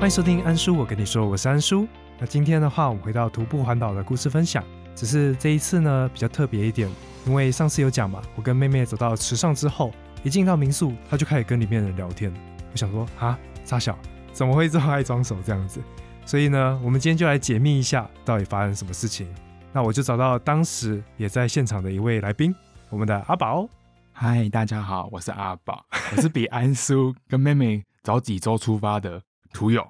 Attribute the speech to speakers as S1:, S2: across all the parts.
S1: 欢迎收听安叔，我跟你说，我是安叔。那今天的话，我们回到徒步环岛的故事分享，只是这一次呢比较特别一点，因为上次有讲嘛，我跟妹妹走到池上之后，一进到民宿，她就开始跟里面人聊天。我想说啊，傻小怎么会这么爱装熟这样子？所以呢，我们今天就来解密一下到底发生什么事情。那我就找到当时也在现场的一位来宾，我们的阿宝。
S2: 嗨，大家好，我是阿宝，我是比安叔跟妹妹早几周出发的徒友。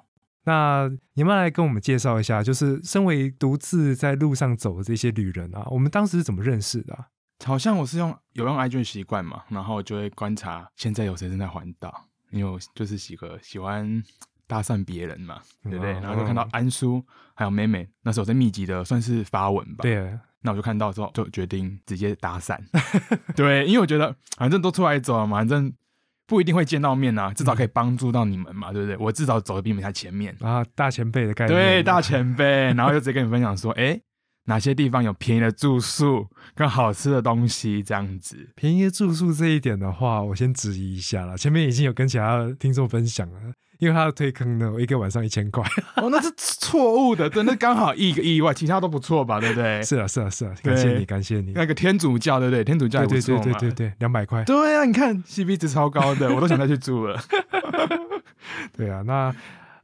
S1: 那你们来跟我们介绍一下，就是身为独自在路上走的这些旅人啊，我们当时是怎么认识的、啊？
S2: 好像我是用有用 IG 的习惯嘛，然后就会观察现在有谁正在环岛，因为我就是喜个喜欢搭讪别人嘛，对不对？
S1: 嗯
S2: 然后就看到安叔还有妹妹，那时候在密集的算是发文吧，
S1: 对，
S2: 那我就看到之后，就决定直接 打伞。对，因为我觉得反正都出来走了嘛，反正不一定会见到面啊，至少可
S1: 嗯
S2: 以帮助到你们嘛，对不对？我至少走的比你们还前面。
S1: 啊，大前辈的概念，
S2: 对，大前辈，然后就直接跟你分享说，哎、哪些地方有便宜的住宿跟好吃的东西这样子。
S1: 便宜的住宿这一点的话，我先质疑一下啦。前面已经有跟其他听众分享了，因为他的推坑呢，我一个晚上一千块。
S2: 哦，那是错误的，真的刚好一个意外，其他都不错吧，对不对？
S1: 是啊，是啊，是啊，
S2: 对
S1: 感谢你，感谢你。
S2: 那个天主教，对不对？天主教
S1: 对
S2: 也不
S1: 对
S2: 错
S1: 对
S2: 嘛。
S1: 对对对，两百块。
S2: 对啊，你看 CP 值超高的，我都想再去住了。
S1: 对啊，那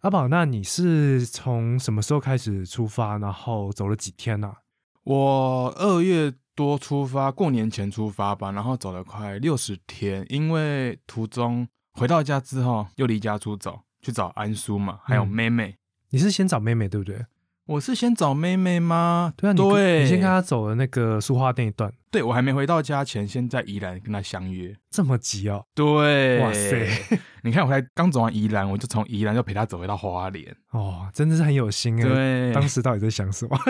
S1: 阿宝，那你是从什么时候开始出发，然后走了几天呢、啊？
S2: 我二月多出发，过年前出发吧，然后走了快六十天，因为途中回到家之后又离家出走，去找安叔嘛，还有
S1: 嗯
S2: 妹妹。
S1: 你是先找妹妹对不对？
S2: 我是先找妹妹吗？
S1: 对啊，你
S2: 对，
S1: 你先跟她走了那个苏花那一段，
S2: 对我还没回到家前，先在宜兰跟她相约。
S1: 这么急哦，
S2: 对，
S1: 哇塞，
S2: 你看我才刚走完宜兰，我就从宜兰就陪她走回到花莲。
S1: 哦，真的是很有心哎、
S2: 对，
S1: 当时到底在想什么？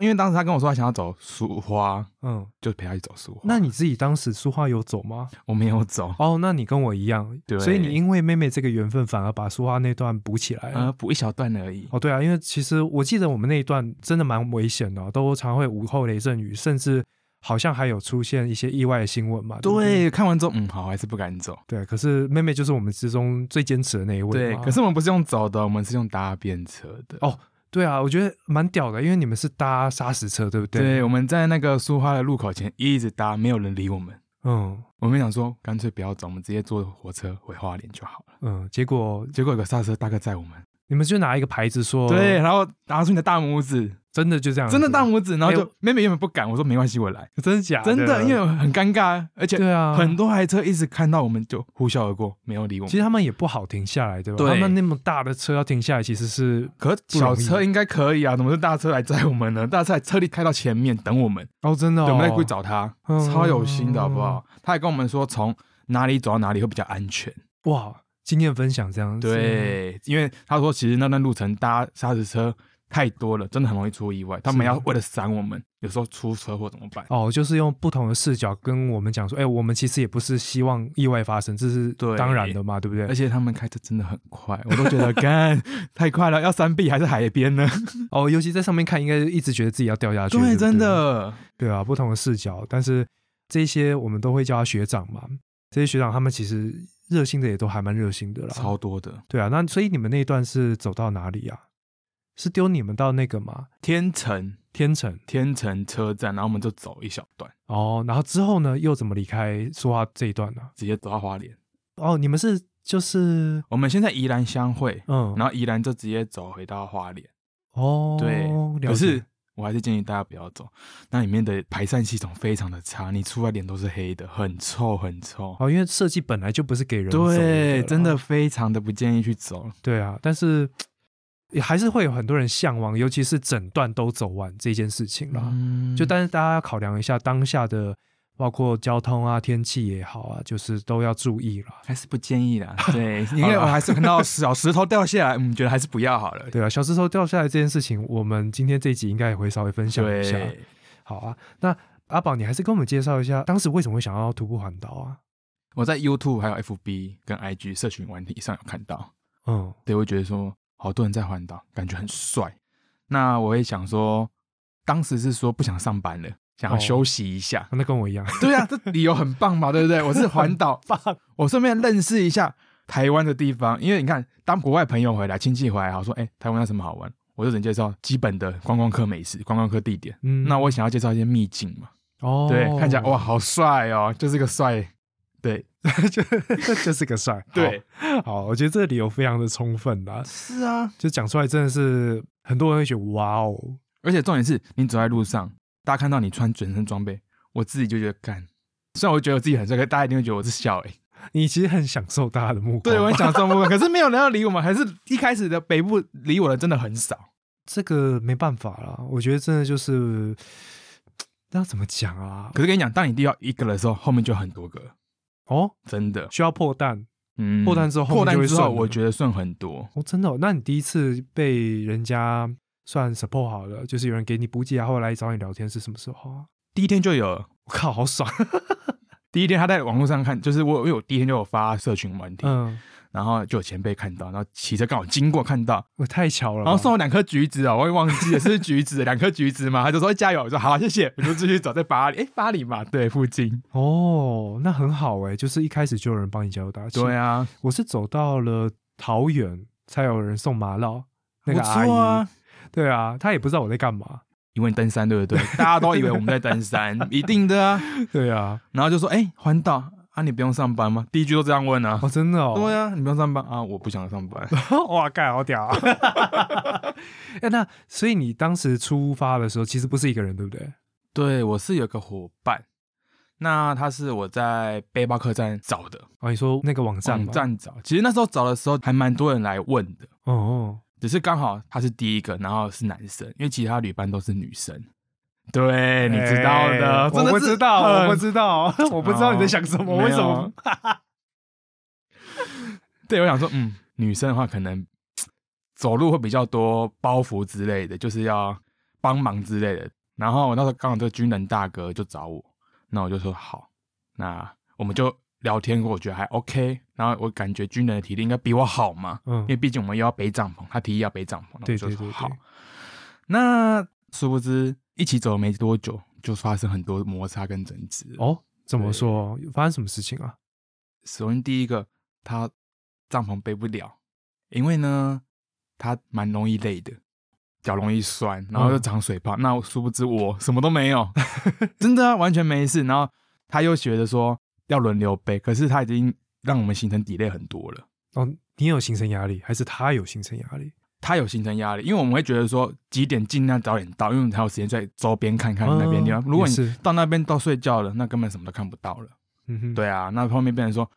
S2: 因为当时她跟我说她想要走苏花，
S1: 嗯，
S2: 就陪她去走苏花。
S1: 那你自己当时苏花有走吗？
S2: 我没有走，
S1: 哦，那你跟我一样，
S2: 对
S1: 所以你因为妹妹这个缘分，反而把苏花那段补起来了。
S2: 呃，补一小段而已。
S1: 哦，对啊，因为其实我记得我们那一段真的蛮危险的哦、都常会午后雷阵雨，甚至好像还有出现一些意外的新闻嘛。对不对，
S2: 对，看完之后，嗯，好，还是不敢走。
S1: 对可是妹妹就是我们之中最坚持的那一位
S2: 对
S1: 嘛。，
S2: 可是我们不是用走的，我们是用搭便车的。
S1: 哦，对啊，我觉得蛮屌的，因为你们是搭砂石车，对不对？
S2: 对，我们在那个苏花的路口前一直搭，没有人理我们。
S1: 嗯
S2: 我们想说，干脆不要走，我们直接坐火车回花莲就好了。
S1: 嗯，结果
S2: 结果有个刹车大哥载我们，
S1: 你们就拿一个牌子说，
S2: 对，，然后拿出你的大拇指，
S1: 真的就这样子，
S2: 真的大拇指，然后
S1: 哎
S2: 就
S1: 我
S2: 妹妹原本不敢，我说没关系，我来，
S1: 真的假
S2: 真
S1: 的，
S2: 的，因为很尴尬，而且
S1: 对啊，
S2: 很多台车一直看到我们就呼啸而过，没有理我
S1: 其
S2: 们。
S1: 实他们也不好停下来，对吧？
S2: 对
S1: 他们那么大的车要停下来，其实是
S2: 可
S1: 不容
S2: 小
S1: 易
S2: 车应该可以啊，怎么是大车来载我们呢？大车还车力开到前面等我们，
S1: 哦，真的、哦，
S2: 对，我们再去找他，
S1: 嗯
S2: 超有心的好不好？他还跟我们说从哪里走到哪里会比较安全，
S1: 哇，经验分享这样子，，
S2: 对，因为他说其实那段路程搭砂石车太多了，真的很容易出意外，他们要为了闪我们，有时候出车祸怎么办？
S1: 哦，就是用不同的视角跟我们讲说，哎、我们其实也不是希望意外发生，这是
S2: 对
S1: 当然的嘛，对不
S2: 而
S1: 对？
S2: 且他们开车真的很快，我都觉得 干太快了，要山壁还是海边呢？
S1: 哦，尤其在上面看，应该一直觉得自己要掉下去，对，
S2: 对，真，的，
S1: 对啊，不同的视角，但是这些我们都会叫他学长嘛，这些学长他们其实热心的也都还蛮热心的啦，
S2: 超多的。
S1: 对啊，那所以你们那一段是走到哪里啊？是丢你们到那个吗？
S2: 天成
S1: 天成
S2: 天成车站，然后我们就走一小段，
S1: 哦，然后之后呢，又怎么离开说话这一段呢、
S2: 直接走到花莲。
S1: 哦，你们是就是
S2: 我们先在宜兰相会，
S1: 嗯，
S2: 然后宜兰就直接走回到花莲。
S1: 哦，
S2: 对，
S1: 了
S2: 可是
S1: 解
S2: 我还是建议大家不要走，那里面的排散系统非常的差，你出来脸都是黑的，很臭很臭。
S1: 哦，因为设计本来就不是给人走
S2: 对，
S1: 啦
S2: 真的哦非常的不建议去走。
S1: 对啊，但是也还是会有很多人向往，尤其是整段都走完这件事情啦。
S2: 嗯
S1: 就但是大家要考量一下当下的，包括交通啊、天气也好啊，就是都要注意啦。
S2: 还是不建议啦。对，因为我还是看到小石头掉下来，嗯，觉得还是不要好 了。
S1: 对啊，小石头掉下来这件事情，我们今天这一集应该也会稍微分享一下。
S2: 对，
S1: 好啊，那阿宝，你还是跟我们介绍一下，当时为什么会想要徒步环岛啊？
S2: 我在 YouTube 还有 FB 跟 IG 社群软体上有看到，
S1: 嗯，
S2: 对，我会觉得说好多人在环岛，感觉很帅。那我也想说，当时是说不想上班了，想要
S1: 哦
S2: 休息一下。
S1: 那跟我一样，
S2: 对啊，这理由很棒嘛，对不对？我是环岛，我顺便认识一下台湾的地方，因为你看，当国外朋友回来、亲戚回来，好说，哎、台湾有什么好玩？我就只能介绍基本的观光客美食、观光客地点。
S1: 嗯
S2: 那我想要介绍一些秘境嘛，
S1: 哦，
S2: 对，看起来哇，，好帅哦，就是个帅，对
S1: 这就是个帅。好
S2: 对，
S1: 好，我觉得这个理由非常的充分啦，
S2: 是啊。
S1: 就讲出来真的是很多人会觉得哇哦，
S2: 而且重点是你走在路上，大家看到你穿全身装备，我自己就觉得干。虽然我觉得我自己很帅，可是大家一定会觉得我是小哎、
S1: 你其实很享受大家的目光。
S2: 对，我很享受部分，可是没有人要理我们，还是一开始的北部理我的真的很少。
S1: 这个没办法啦，我觉得真的就是。那要怎么讲啊？
S2: 可是跟你讲，当你遇到一个的时候，后面就很多个了，
S1: 哦，
S2: 真的。
S1: 需要破蛋
S2: 嗯
S1: 破蛋之后后
S2: 破
S1: 面就
S2: 蛋
S1: 会
S2: 之后，
S1: 顺了
S2: 我觉得顺很多。
S1: 哦，真的哦、那你第一次被人家算 support 好了，就是有人给你补给啊，后来找你聊天是什么时候啊？
S2: 第一天就有了，
S1: 我靠，好爽！
S2: 第一天他在网络上看，就是我，因为我第一天就有发社群软体，
S1: 嗯，
S2: 然后就有前辈看到，然后骑车刚好经过看到，
S1: 我太巧了吧。
S2: 然后送我两颗橘子啊、我也忘记了是橘子，两颗橘子嘛，他就说哎加油，我说好、谢谢，我就继续找在巴黎，哎，巴黎嘛，对，附近，
S1: 哦，那很好哎、就是一开始就有人帮你加油打气。
S2: 对啊，
S1: 我是走到了桃园才有人送麻辣，那个
S2: 不
S1: 阿姨，
S2: 错啊，
S1: 对啊，她也不知道我在干嘛。
S2: 因为你登山对 不对？大家都以为我们在登山，一定的啊，
S1: 对啊，
S2: 然后就说哎，环岛啊，你不用上班吗？第一句都这样问啊，
S1: 哦，真的哦，
S2: 对啊，你不用上班啊，我不想上 班，
S1: 哇，盖好屌、啊！ 哎、那所以你当时出发的时候，其实不是一个人，对不对？
S2: 对我是有个伙伴。那他是我在背包客栈找的，
S1: 哦，你说那个网站
S2: 网
S1: 吗？
S2: 站找。其实那时候找的时候还蛮多人来问的，
S1: 哦哦，
S2: 只是刚好他是第一个，然后是男生，因为其他旅伴都是女生。对，你知道的，
S1: 哎哦
S2: 真的
S1: 我不
S2: 是
S1: 知道，
S2: 很
S1: 我不知道，我不知道你在想什么，
S2: 没有
S1: 为什么？
S2: 对，我想说，嗯，女生的话可能走路会比较多包袱之类的，就是要帮忙之类的。然后我那时候刚好这个军人大哥就找我，那我就说好，那我们就聊天，我觉得还 OK。然后我感觉军人的体力应该比我好嘛，
S1: 嗯
S2: 因为毕竟我们又要背帐篷，他提议要背帐篷，那
S1: 对
S2: 我就
S1: 对
S2: 说
S1: 对
S2: 好
S1: 对。
S2: 那殊不知一起走没多久，就发生很多摩擦跟争执。
S1: 哦，怎么说？发生什么事情啊？
S2: 首先第一个，他帐篷背不了，因为呢，他蛮容易累的，脚容易酸，然
S1: 嗯
S2: 后又长水泡。那殊不知我什么都没有， 真的、啊、完全没事。然后他又觉得说要轮流背，可是他已经让我们形成 delay 很多了。
S1: 哦，你有形成压力，还是他有形成压力？
S2: 他有形成压力，因为我们会觉得说几点尽量早点到，因为我们才有时间在周边看看那边地方。
S1: 嗯
S2: 如果
S1: 也
S2: 你
S1: 是，
S2: 到那边到睡觉了，那根本什么都看不到了。
S1: 嗯哼，
S2: 对啊，那后面变成说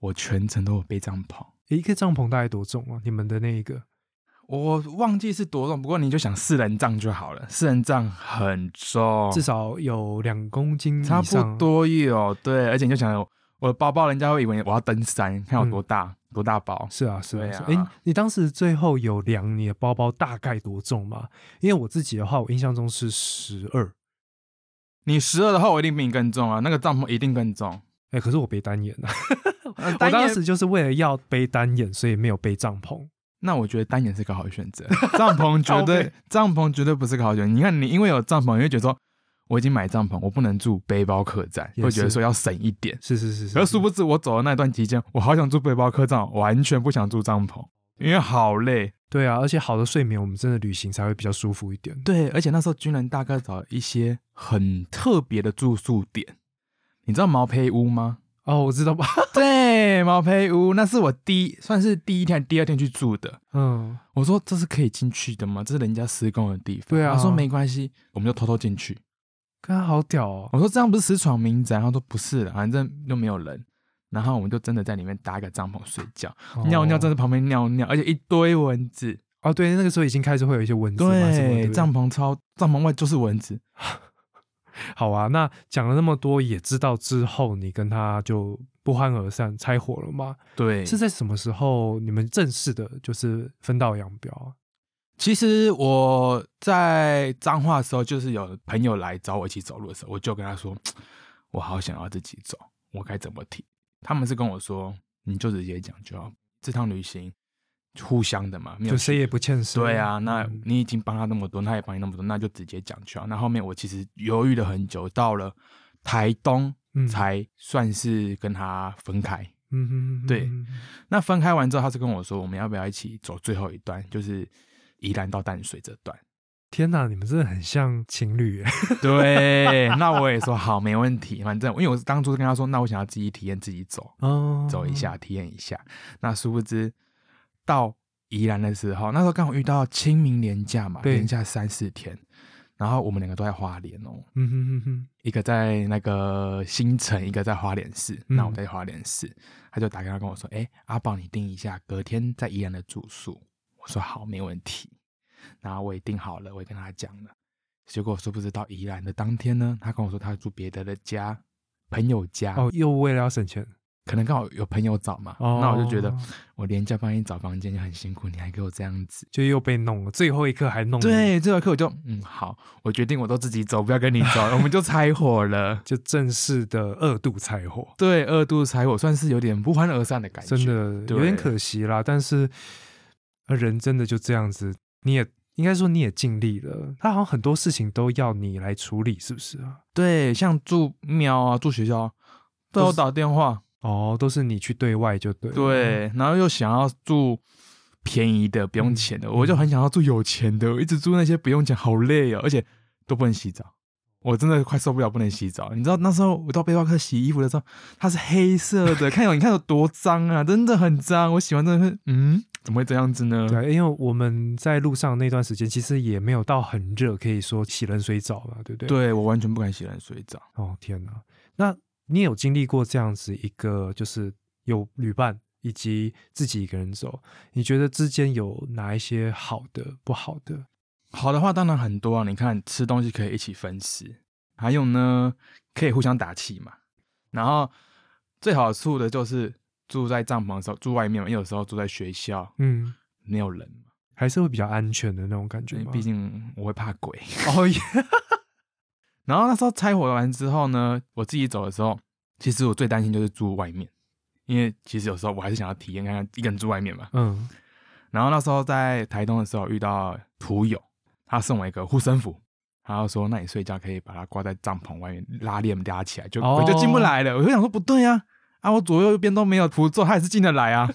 S2: 我全程都有背帐篷。
S1: 诶，一个帐篷大概多重啊？你们的那一个？
S2: 我忘记是多重，不过你就想四人帐就好了，四人帐很重，
S1: 至少有两公斤以
S2: 差
S1: 上，啊
S2: 不多有对，而且你就想我的包包，人家会以为我要登山，看
S1: 嗯
S2: 有多大、多大包，
S1: 是啊，是啊，
S2: 对
S1: 是啊
S2: 啊
S1: 诶，你当时最后有量你的包包大概多重吗？因为我自己的话，我印象中是十二，
S2: 你十二的话，我一定比你更重啊，那个帐篷一定更重。
S1: 哎，可是我背单眼啊，
S2: 呃
S1: 我
S2: 单
S1: 当
S2: 眼
S1: 时就是为了要背单眼，所以没有背帐篷。
S2: 那我觉得单眼是个好选 择，帐篷绝
S1: 靠
S2: 对
S1: 背
S2: 帐篷绝对不是个好选择。你看你因为有帐篷，你会觉得说我已经买帐篷，我不能住背包客栈，
S1: 也
S2: 会觉得
S1: 是
S2: 说要省一点。
S1: 是是是是，
S2: 可是
S1: 是
S2: 殊不知，我走的那段期间，我好想住背包客栈，完全不想住帐篷，因为好累。
S1: 对啊，而且好的睡眠，我们真的旅行才会比较舒服一点。
S2: 对，而且那时候军人大哥找了一些很特别的住宿点，你知道毛坯屋吗？
S1: 哦，我知道吧？
S2: 对，毛坯屋，那是我第一算是第一天、第二天去住的。
S1: 嗯，
S2: 我说这是可以进去的吗？这是人家施工的地方。
S1: 对啊
S2: 他说没关系，我们就偷偷进去。
S1: 刚刚好屌哦。
S2: 我说这样不是私闯民宅？他说不是啦，反正又没有人。然后我们就真的在里面搭一个帐篷睡觉， 尿尿在旁边尿尿，而且一堆蚊子。
S1: 哦，对，那个时候已经开始会有一些蚊子嘛，什么的
S2: 对，
S1: 对不对
S2: 帐篷超帐篷外就是蚊子。
S1: 好啊。那讲了那么多，也知道之后你跟他就不欢而散，拆伙了吗？
S2: 对
S1: 是在什么时候你们正式的就是分道扬镳啊？
S2: 其实我在彰化的时候，就是有朋友来找我一起走路的时候，我就跟他说，我好想要自己走，我该怎么提？他们是跟我说，你就直接讲就好，这趟旅行互相的嘛，没有
S1: 就谁
S2: 去
S1: 也不欠谁。
S2: 对啊，那
S1: 嗯
S2: 你已经帮他那么多，他也帮你那么多，那就直接讲就好。那后面我其实犹豫了很久，到了台东
S1: 嗯
S2: 才算是跟他分开。
S1: 嗯哼哼，
S2: 对
S1: 嗯哼
S2: 那分开完之后，他是跟我说，我们要不要一起走最后一段，就是宜兰到淡水这段。
S1: 天哪，你们真的很像情侣耶，
S2: 对，那我也说好，没问题。反正因为我当初跟他说，那我想要自己体验，自己走
S1: 哦，
S2: 走一下，体验一下。那殊不知到宜兰的时候，那时候刚好遇到清明连假嘛，
S1: 对
S2: 连假三四天，然后我们两个都在花莲哦，
S1: 嗯哼哼哼，
S2: 一个在那个新城，一个在花莲市。
S1: 嗯
S2: 那我在花莲市，他就打电话跟我说：“哎、阿宝，你订一下隔天在宜兰的住宿。”我说：“好，没问题。”然后我也订好了，我也跟他讲了。结果殊不知到宜兰的当天呢，他跟我说他住别的的家，朋友家，
S1: 哦，又为了要省钱，
S2: 可能刚好有朋友找嘛。
S1: 哦，
S2: 那我就觉得我连假帮你找房间就很辛苦，你还给我这样子。
S1: 就又被弄了，最后一刻还弄，，
S2: 对，这堂课我就嗯好，我决定我都自己走，不要跟你走，我们就拆伙 了。
S1: 就正式的二度柴火，
S2: 对，二度柴火算是有点不欢而散的感觉，
S1: 真的
S2: 对
S1: 有点可惜啦。但是呃人真的就这样子，你也应该说你也尽力了，他好像很多事情都要你来处理，是不是啊？
S2: 对，像住庙啊，住学校啊都
S1: 都
S2: 有
S1: 是
S2: 打电话，
S1: 哦，都是你去对外就对了，
S2: 对，然后又想要住便宜的、
S1: 嗯
S2: 不用钱的，我就很想要住有钱的，我一直住那些不用钱，好累哦，而且都不能洗澡。我真的快受不了，不能洗澡。你知道那时候我到背包客洗衣服的时候，它是黑色的，看有你看有多脏啊，真的很脏。我洗完真的是，嗯，怎么会这样子呢？
S1: 对，啊因为我们在路上那段时间，其实也没有到很热，可以说洗冷水澡嘛，对不对？。
S2: 对我完全不敢洗冷水澡。
S1: 哦，天哪！那你也有经历过这样子一个，就是有旅伴以及自己一个人走，你觉得之间有哪一些好的、不好的？
S2: 好的话当然很多啊，你看吃东西可以一起分食，还有呢可以互相打气嘛。然后最好处的就是住在帐篷的时候住外面嘛，因为有时候住在学校
S1: 嗯，
S2: 没有人嘛，
S1: 还是会比较安全的那种感觉
S2: 因为
S1: 吗？
S2: 哎毕竟我会怕鬼。
S1: 哦耶，
S2: 然后那时候拆伙完之后呢，我自己走的时候，其实我最担心就是住外面，因为其实有时候我还是想要体验看看一个人住外面嘛。
S1: 嗯，
S2: 然后那时候在台东的时候遇到徒友，他送我一个护身符，他就说：“那你睡觉可以把它挂在帐篷外面，拉链拉起来，就
S1: 哦
S2: 鬼就进不来了。我就想说：“不对呀、啊，我左右边都没有符咒，他也是进得来 啊，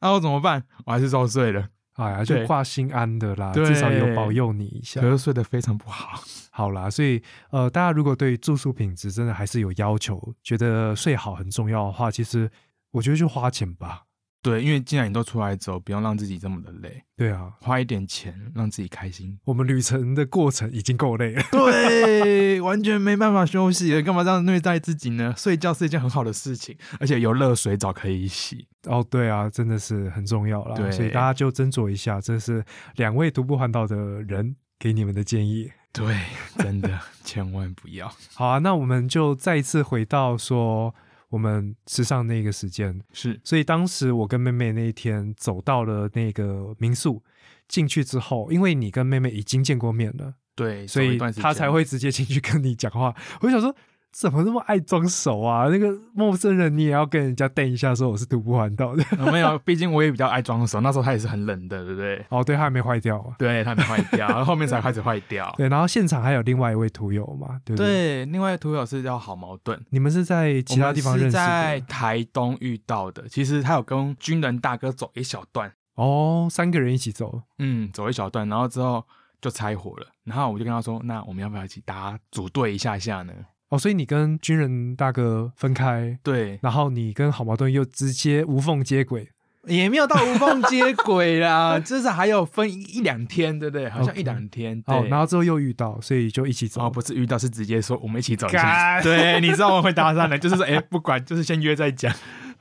S2: 那我怎么办？我还是照睡了，
S1: 哎呀，就
S2: 对
S1: 挂心安的啦，
S2: 对
S1: 至少有保佑你一下
S2: 可。是睡得非常不好。
S1: 好啦，所以呃，大家如果对住宿品质真的还是有要求，觉得睡好很重要的话，其实我觉得就花钱吧。
S2: 对，因为既然你都出来走，不用让自己这么的累，
S1: 对啊，
S2: 花一点钱让自己开心。
S1: 我们旅程的过程已经够累了。
S2: 对，完全没办法休息了，干嘛这样虐待自己呢？睡觉是一件很好的事情，而且有热水澡可以洗。
S1: 哦，对啊，真的是很重要啦，
S2: 对
S1: 所以大家就斟酌一下，这是两位徒步环岛的人给你们的建议。
S2: 对，真的千万不要。
S1: 好啊，那我们就再一次回到说我们吃上那个时间，
S2: 是
S1: 所以当时我跟妹妹那一天走到了那个民宿，进去之后，因为你跟妹妹已经见过面了，
S2: 对，
S1: 所
S2: 走
S1: 以
S2: 一段时
S1: 她
S2: 间
S1: 才会直接进去跟你讲话。我就想说。怎么那么爱装熟啊？那个陌生人你也要跟人家瞪一下，说我是徒步环岛的。
S2: 呃没有，毕竟我也比较爱装熟，那时候他也是很冷的，对不对？
S1: 哦，对，他还没坏掉啊。
S2: 对，他没坏掉，然后后面才开始坏掉。
S1: 对，然后现场还有另外一位徒友嘛，对不对？
S2: 对，另外图友是叫好矛盾，
S1: 你们是在其他地方认识
S2: 我们是在
S1: 的？
S2: 台东遇到的。其实他有跟军人大哥走一小段，
S1: 哦，三个人一起走，
S2: 嗯，走一小段，然后之后就拆伙了。然后我就跟他说：“那我们要不要一起大家组队一下下呢
S1: 哦，所以你跟军人大哥分开？”，
S2: 对，
S1: 然后你跟好矛盾又直接无缝接轨，
S2: 也没有到无缝接轨啦， 至少还有分一一两天，对不对？好像
S1: OK
S2: 一两天。对
S1: 哦，然后之后又遇到，所以就一起走。
S2: 哦，不是遇到，是直接说我们一起走一
S1: 干
S2: 下。 对，你知道我会搭讪的，就是说，哎、不管， 就是先约再讲。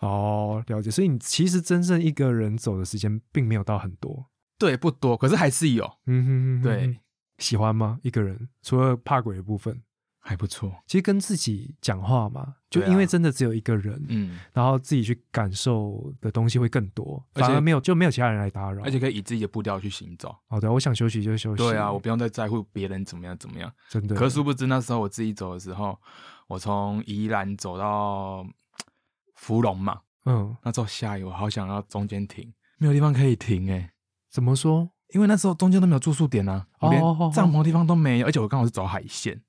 S1: 哦，了解。所以你其实真正一个人走的时间并没有到很多。
S2: 对，不多，可是还是有，
S1: 嗯哼哼哼
S2: 对，
S1: 哼，喜欢吗？一个人除了怕鬼的部分，
S2: 还不错。
S1: 其实跟自己讲话嘛，就
S2: 对啊
S1: 因为真的只有一个人，
S2: 嗯，
S1: 然后自己去感受的东西会更多，
S2: 而且
S1: 反而没有就没有其他人来打扰。
S2: 而且可以以自己的步调去行走。
S1: 哦，对，我想休息就休息。
S2: 对啊，我不用再在乎别人怎么样怎么样。
S1: 真的。
S2: 可殊不知那时候我自己走的时候，我从宜兰走到嘖芙蓉嘛，
S1: 嗯，
S2: 那时候下雨，我好想要中间停，没有地方可以停哎、
S1: 怎么说？
S2: 因为那时候中间都没有住宿点啊，我连
S1: 哦哦哦
S2: 帐篷地方都没有，而且我刚好是走海线，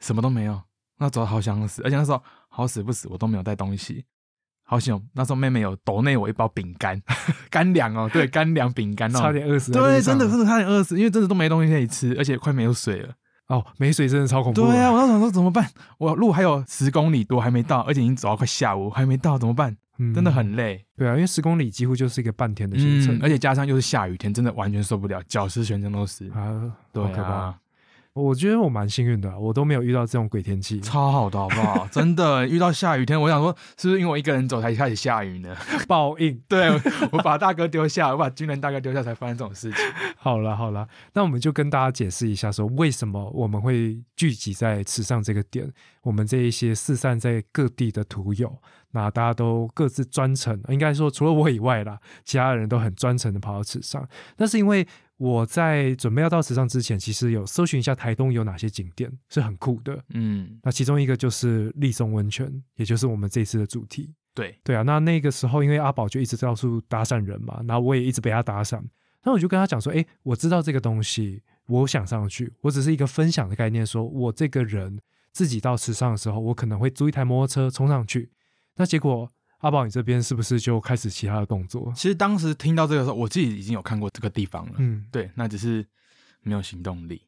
S2: 什么都没有，那走得好想死，而且那时候好死不死我都没有带东西，好险！哦那时候妹妹有抖内我一包饼干， 干粮 哦，对，干粮饼干哦，
S1: 差点饿死在路上
S2: 对，
S1: 了。
S2: 真的真的差点饿死，因为真的都没东西可以吃，而且快没有水了。
S1: 哦，没水真的超恐怖。
S2: 对啊，，我那时候想说怎么办？我路还有十公里多还没到，而且已经走到快下午还没到，怎么办？
S1: 嗯
S2: 真的很累，
S1: 对啊，因为十公里几乎就是一个半天的行程
S2: 嗯，，而且加上又是下雨天，真的完全受不了，脚湿全身都是。
S1: 啊，
S2: 对
S1: 好可怕。
S2: 啊，
S1: 我觉得我蛮幸运的啊，我都没有遇到这种鬼天气，
S2: 超好的好不好？真的，遇到下雨天，我想说是不是因为我一个人走才开始下雨 呢？
S1: 报应。
S2: 对，我把大哥丢下，我把军人大哥丢下，才发生这种事情。
S1: 好啦好啦，那我们就跟大家解释一下，说为什么我们会聚集在池上这个点，我们这一些四散在各地的土友，那大家都各自专程，呃应该说除了我以外啦，其他人都很专程的跑到池上。那是因为我在准备要到池上之前，其实有搜寻一下台东有哪些景点是很酷的。
S2: 嗯，
S1: 那其中一个就是立松温泉，也就是我们这次的主题。
S2: 对，
S1: 对啊，那那个时候因为阿宝就一直到处搭讪人嘛，然后我也一直被他搭讪，那我就跟他讲说，哎，我知道这个东西，我想上去，我只是一个分享的概念说，我这个人自己到池上的时候，我可能会租一台摩托车冲上去，那结果阿宝你这边是不是就开始其他的动作？
S2: 其实当时听到这个时候，我自己已经有看过这个地方了。
S1: 嗯，
S2: 对，那只是没有行动力。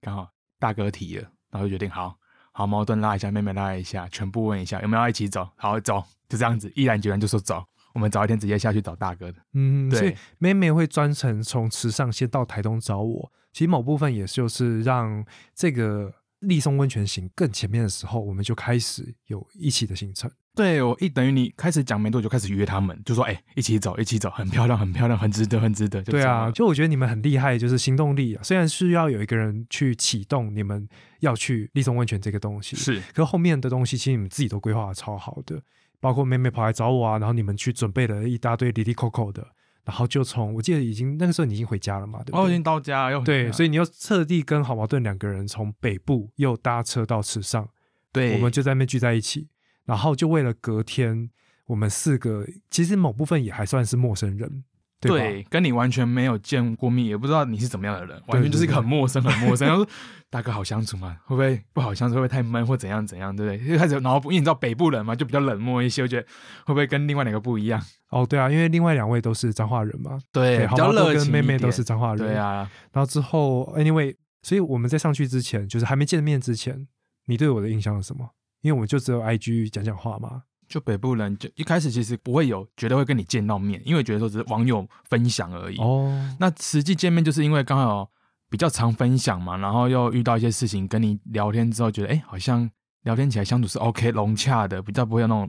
S2: 刚好大哥提了，然后就决定好好矛盾拉一下，妹妹拉一下，全部问一下有没有要一起走。好，走，就这样子，毅然决然就说走。我们早一天直接下去找大哥的。
S1: 嗯，所以
S2: 对
S1: 妹妹会专程从池上先到台东找我，其实某部分也就是让这个立松温泉行更前面的时候，我们就开始有一起的行程。
S2: 对我一等于你开始讲没多久，开始约他们，就说哎、一起走，一起走，很漂亮，很漂亮，很值得，很值得。就
S1: 对
S2: 这
S1: 啊，
S2: 样了，
S1: 就我觉得你们很厉害，就是行动力啊。虽然是要有一个人去启动你们要去立松温泉这个东西，，
S2: 是
S1: 可后面的东西其实你们自己都规划的超好的，包括妹妹跑来找我啊，然后你们去准备了一大堆里里扣扣的，然后就从我记得已经那个时候你已经回家了嘛，对不
S2: 哦，已
S1: 对？
S2: 经到家了，又
S1: 对，所
S2: 以
S1: 以你又特地跟好矛盾两个人从北部又搭车到池上，
S2: 对
S1: 我们就在那边聚在一起，然后就为了隔天我们四个其实某部分也还算是陌生人，对吧？
S2: 对，跟你完全没有见过面，也不知道你是怎么样的人，完
S1: 对
S2: 全就是一个
S1: 对
S2: 很陌生、很陌 生。然后说大哥好相处吗？会不会不好相处？会不会太闷或怎样怎样？对不对？就开始脑补，因为你知道北部人嘛，就比较冷漠一些，我觉得会不会跟另外两个不一样？
S1: 哦，对啊，因为另外两位都是彰化人嘛，
S2: 对，
S1: 好
S2: 比较
S1: 毛豆
S2: 热
S1: 跟
S2: 情
S1: 妹
S2: 一
S1: 妹都
S2: 点
S1: 是彰化人，
S2: 对。啊，
S1: 然后之后，anyway，所以我们在上去之前，就是还没见面之前，你对我的印象是什么？因为我们就只有 IG 讲讲话嘛，
S2: 就北部人就一开始其实不会有觉得会跟你见到面，因为觉得说只是网友分享而已。
S1: 哦，
S2: 那实际见面就是因为刚好比较常分享嘛，然后又遇到一些事情，跟你聊天之后觉得，哎、好像聊天起来相处是 OK 融洽的，比较不会有那种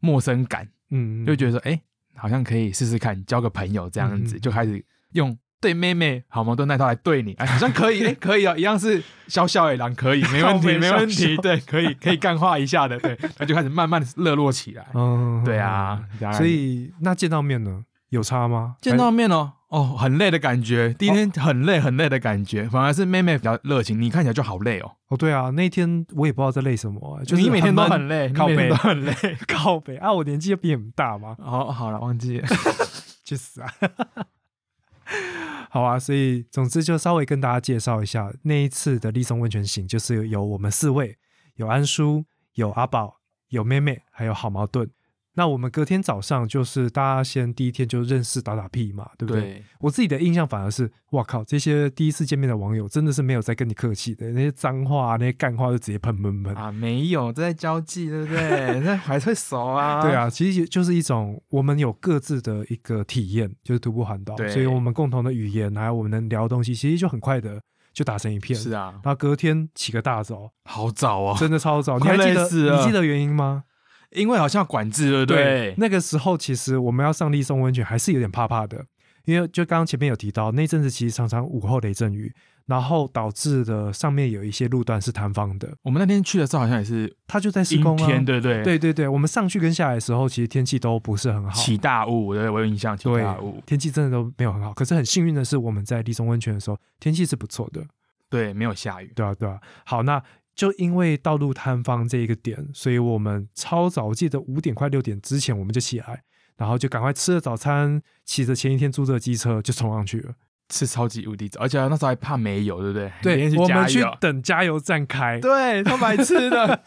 S2: 陌生感，
S1: 嗯，
S2: 就
S1: 嗯
S2: 觉得说，哎、好像可以试试看交个朋友这样子，
S1: 嗯
S2: 就开始用对妹妹好矛盾那套来对你，哎、好像可以，哎、可以哦，一样是小小野狼，可以，没问
S1: 靠
S2: 题，
S1: 背
S2: 没问
S1: 小
S2: 题，
S1: 小
S2: 对，可以，可以干化一下的，对，那就开始慢慢热络起来，
S1: 嗯，
S2: 对啊，大概
S1: 所以那见到面呢，有差吗？
S2: 见到面哦，哦，很累的感觉，第一天很累很累的感觉，反而是妹妹比较热情，你看起来就好累哦，
S1: 哦，对啊，那天我也不知道在累什么、啊就是
S2: 你每天都
S1: 闷
S2: 很累，
S1: 靠
S2: 你每天
S1: 背
S2: 都很累。
S1: 靠北啊，我年纪又比你们大嘛，
S2: 哦，好了，忘记了，
S1: 去死啊！ 好啊，所以总之就稍微跟大家介绍一下那一次的立松温泉行，就是有我们四位，有安叔，有阿宝，有妹妹，还有好矛盾。那我们隔天早上就是大家先第一天就认识打打屁嘛，对不对？
S2: 对，
S1: 我自己的印象反而是，哇靠，这些第一次见面的网友真的是没有在跟你客气的，那些脏话、啊、那些干话就直接喷喷喷。
S2: 啊，没有这在交际，对不 对？那还会熟啊，
S1: 对，啊，其实就是一种我们有各自的一个体验，就是徒步环岛，
S2: 对
S1: 所以我们共同的语言，还有我们能聊的东西，其实就很快的就打成一片。
S2: 是啊，
S1: 然后隔天起个大早，
S2: 好早哦，
S1: 真的超 早，你
S2: 快
S1: 还记
S2: 累
S1: 得
S2: 死了
S1: 你记得原因吗？
S2: 因为好像管制， 对不对？
S1: 那个时候其实我们要上立松温泉还是有点怕怕的，因为就刚刚前面有提到那阵子其实常常午后雷阵雨，然后导致的上面有一些路段是塌方的，
S2: 我们那天去的时候好像也是
S1: 它就在施
S2: 阴
S1: 工啊。
S2: 天，对不对？，
S1: 对对对，我们上去跟下来的时候，其实天气都不是很好，
S2: 起大雾，对，我有印象，起
S1: 对
S2: 大雾，
S1: 天气真的都没有很好。可是很幸运的是，我们在立松温泉的时候，天气是不错的。
S2: 对，没有下雨，
S1: 对啊，对啊。好，那就因为道路摊方这一个点，所以我们超早，我记得五点快六点之前我们就起来，然后就赶快吃了早餐，骑着前一天租的机车就冲上去了。
S2: 是超级无敌早，而且那时候还怕没油，对不对？
S1: 对
S2: 连，
S1: 我
S2: 加
S1: 们去
S2: 油
S1: 等加油站开。
S2: 对，超白痴的。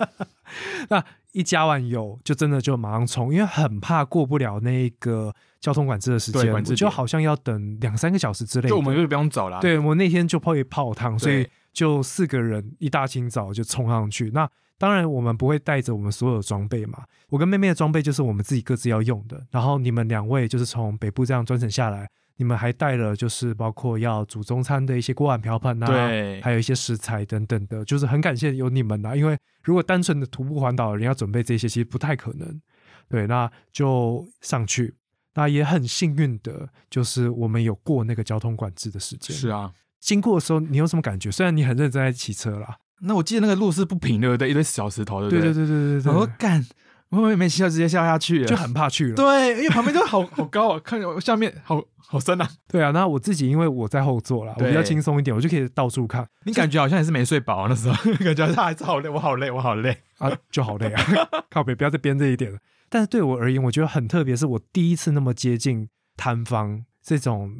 S1: 那一加完油就真的就马上冲，因为很怕过不了那个交通管制的时
S2: 对
S1: 间，我
S2: 管制
S1: 就
S2: 点
S1: 好像要等两三个小时之类的。
S2: 就我们就不用走了。，
S1: 对我那天就泡一泡汤，所以
S2: 啊对
S1: 就四个人一大清早就冲上去。那当然我们不会带着我们所有的装备嘛，我跟妹妹的装备就是我们自己各自要用的。然后你们两位就是从北部这样专程下来，你们还带了就是包括要煮中餐的一些锅碗瓢盆啊，
S2: 对
S1: 还有一些食材等等的，就是很感谢有你们啊，因为如果单纯的徒步环岛，人要准备这些其实不太可能。对，那就上去。那也很幸运的，就是我们有过那个交通管制的时间。
S2: 是啊。
S1: 经过的时候，你有什么感觉？虽然你很认真在骑车啦，
S2: 那我记得那个路是不平的，对不对？一堆小石头，对不
S1: 对
S2: 对
S1: 对对对对
S2: 我说
S1: 对，
S2: 干，我没没骑到直接下下去了，
S1: 就很怕去了。
S2: 对，啊因为旁边就 好好高啊，看我下面好好深啊，
S1: 对啊，那我自己因为我在后座啦，我比较
S2: 对
S1: 轻松一点，我就可以到处看
S2: 你感觉好像也是没睡饱、那时候， 感觉他还是好累，我好累，我好累。
S1: 啊，就好 累啊。靠北，不要再编这一点了。但是对我而言，我觉得很特别，是我第一次那么接近摊方这种，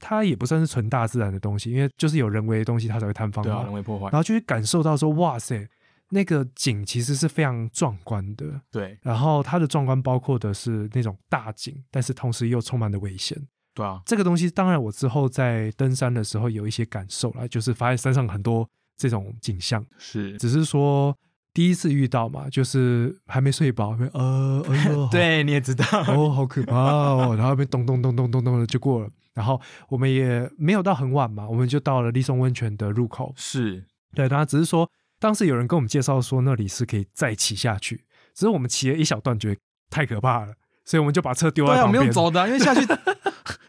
S1: 它也不算是纯大自然的东西，因为就是有人为的东西，它才会摊方
S2: 对啊，
S1: 嘛
S2: 人。为破坏
S1: 然。后就会感受到说，哇塞，那个景其实是非常壮观的。
S2: 对
S1: 然后它的壮观包括的是那种大景，但是同时又充满了危险。
S2: 对啊，
S1: 这个东西当然我之后在登山的时候有一些感受啦，就是发现山上很多这种景象，
S2: 是。
S1: 只是说第一次遇到嘛，就是还没睡饱，会呃，哎 呦，好
S2: 对，你也知道，
S1: 哦，好可怕哦！然后被咚咚咚咚咚咚的就过了，然后我们也没有到很晚嘛，我们就到了立松温泉的入口，
S2: 是
S1: 对，然后只是说当时有人跟我们介绍说那里是可以再骑下去，只是我们骑了一小段觉得太可怕了，所以我们就把车丢
S2: 对
S1: 在
S2: 啊，我
S1: 旁
S2: 们
S1: 边。
S2: 用走的啊、因为下 去